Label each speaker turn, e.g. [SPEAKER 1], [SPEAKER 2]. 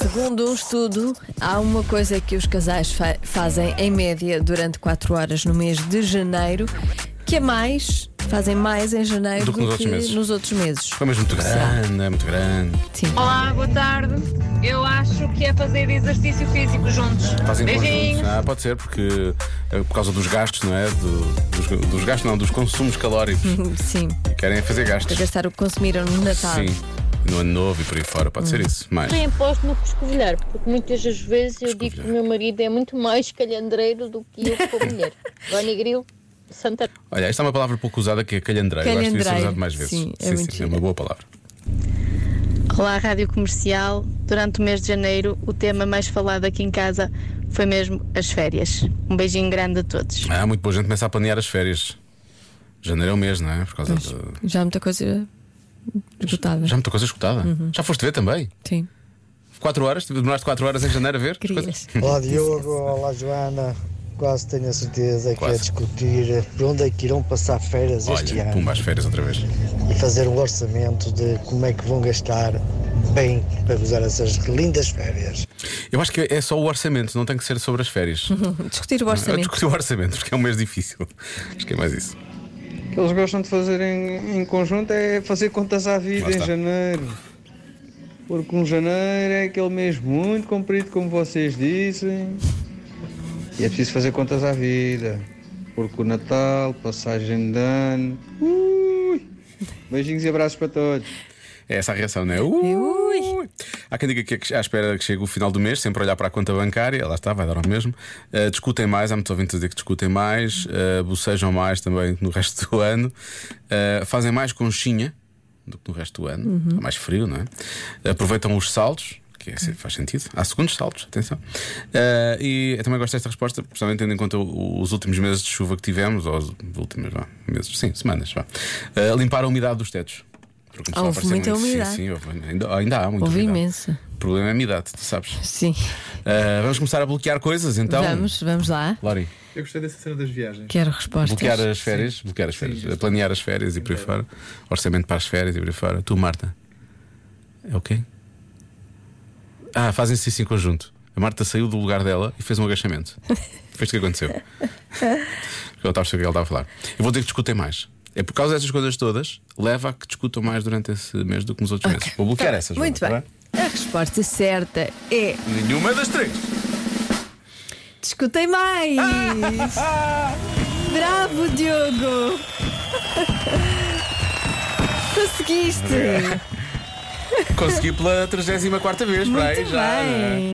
[SPEAKER 1] Segundo um estudo, há uma coisa que os casais fa- fazem em média durante 4 horas no mês de janeiro, que é mais, fazem mais em janeiro
[SPEAKER 2] Do que nos outros meses.
[SPEAKER 1] nos outros meses.
[SPEAKER 2] Foi mesmo muito grande, é muito grande.
[SPEAKER 1] Sim.
[SPEAKER 3] Olá, boa tarde. Eu acho que é fazer exercício físico juntos.
[SPEAKER 2] Fazem
[SPEAKER 3] Beijinhos.
[SPEAKER 2] conjuntos. Ah, pode ser, porque eh, por causa dos gastos, não é? Do- dos, dos gastos, não, dos consumos calóricos.
[SPEAKER 1] Sim,
[SPEAKER 2] Querem fazer gastos.
[SPEAKER 1] para gastar Hum. o que consumiram no Natal.
[SPEAKER 2] Sim. No ano novo e por aí fora, pode ser isso. Mais.
[SPEAKER 4] Nem aposto no que escovilhar, porque muitas das vezes eu digo que o meu marido é muito mais calhandreiro do que eu como mulher. Boni Grilo, Santa
[SPEAKER 2] Olha, esta é uma palavra pouco usada que é calhandreiro. Eu Gosto de ser
[SPEAKER 1] Calhandreiro.
[SPEAKER 2] usado mais vezes.
[SPEAKER 1] Sim, é muito
[SPEAKER 2] é
[SPEAKER 1] gira.
[SPEAKER 2] uma boa palavra.
[SPEAKER 5] Olá, Rádio Comercial. Durante o mês de janeiro, o tema mais falado aqui em casa foi mesmo as férias. Um beijinho grande a todos.
[SPEAKER 2] Ah, muito boa. A gente começa a planear as férias. Janeiro é o mês, não é? Por causa de.
[SPEAKER 1] Já há muita coisa esgotada.
[SPEAKER 2] Já muita coisa escutada.
[SPEAKER 1] Uhum.
[SPEAKER 2] Já foste ver também?
[SPEAKER 1] Sim.
[SPEAKER 2] 4 horas? Demoraste 4 horas em janeiro a ver? as coisas?
[SPEAKER 1] Querias.
[SPEAKER 6] Olá Diogo, olá Joana. Quase tenho a certeza que
[SPEAKER 2] Quase.
[SPEAKER 6] é discutir por onde é que irão passar férias este
[SPEAKER 2] Olha,
[SPEAKER 6] ano
[SPEAKER 2] pumba, as férias outra vez.
[SPEAKER 6] e fazer um orçamento de como é que vão gastar bem para gozar essas lindas férias.
[SPEAKER 2] Eu acho que é só o orçamento, não tem que ser sobre as férias.
[SPEAKER 1] Discutir o
[SPEAKER 2] Eu
[SPEAKER 1] orçamento.
[SPEAKER 2] discuti o orçamento, porque é um mês difícil. Acho que é mais isso.
[SPEAKER 7] O que eles gostam de fazer em, em conjunto é fazer contas à vida
[SPEAKER 2] Lá
[SPEAKER 7] em
[SPEAKER 2] está.
[SPEAKER 7] janeiro. Porque um janeiro é aquele mês muito comprido, como vocês dizem. E é preciso fazer contas à vida. Porque o Natal, passagem de ano. Ui! Beijinhos e abraços para todos.
[SPEAKER 2] É essa a reação, não é? Ui. Há quem diga que é à espera que chegue o final do mês, sempre olhar para a conta bancária, lá está, vai dar ao mesmo. Uh, discutem mais, há muitos ouvintes a dizer que discutem mais, uh, bocejam mais também no resto do ano, Uh, fazem mais conchinha do que no resto do ano, é mais frio, não é? Aproveitam os saltos. Que é, faz sentido. Há segundos saltos, atenção. Uh, e eu também gosto desta resposta, principalmente tendo em conta o- os últimos meses de chuva que tivemos, ou os últimos vá, meses, sim, semanas. Vá. Uh, limpar a umidade dos tetos. Porque começou a
[SPEAKER 1] Houve
[SPEAKER 2] aparecer
[SPEAKER 1] muita
[SPEAKER 2] muito-
[SPEAKER 1] umidade.
[SPEAKER 2] Sim, sim, houve- ainda, ainda há muita
[SPEAKER 1] Houve
[SPEAKER 2] umidade.
[SPEAKER 1] imenso.
[SPEAKER 2] O problema é a umidade, tu sabes.
[SPEAKER 1] Sim.
[SPEAKER 2] Uh, vamos começar a bloquear coisas, então.
[SPEAKER 1] vamos, vamos lá.
[SPEAKER 2] Lori,
[SPEAKER 8] Eu gostei dessa cena das viagens.
[SPEAKER 1] Quero respostas.
[SPEAKER 2] bloquear as férias, bloquear as férias, planear as férias e por aí fora, orçamento para as férias e por aí fora. Tu, Marta, é o quê? Ah, fazem-se isso em conjunto. A Marta saiu do lugar dela e fez um agachamento. Fez o que aconteceu. Eu estava a perceber o que ela estava a falar. Eu vou ter que discutir mais. É por causa dessas coisas todas, leva a que discutam mais durante esse mês do que nos outros meses. Vou bloquear essas.
[SPEAKER 1] Muito
[SPEAKER 2] Joana,
[SPEAKER 1] bem.
[SPEAKER 2] tá
[SPEAKER 1] A resposta certa é
[SPEAKER 2] bem? Nenhuma das três.
[SPEAKER 1] Discutem mais! Bravo, Diogo! Conseguiste!
[SPEAKER 2] Consegui pela 34 vez, para aí
[SPEAKER 1] Muito
[SPEAKER 2] já. não é?
[SPEAKER 1] bem!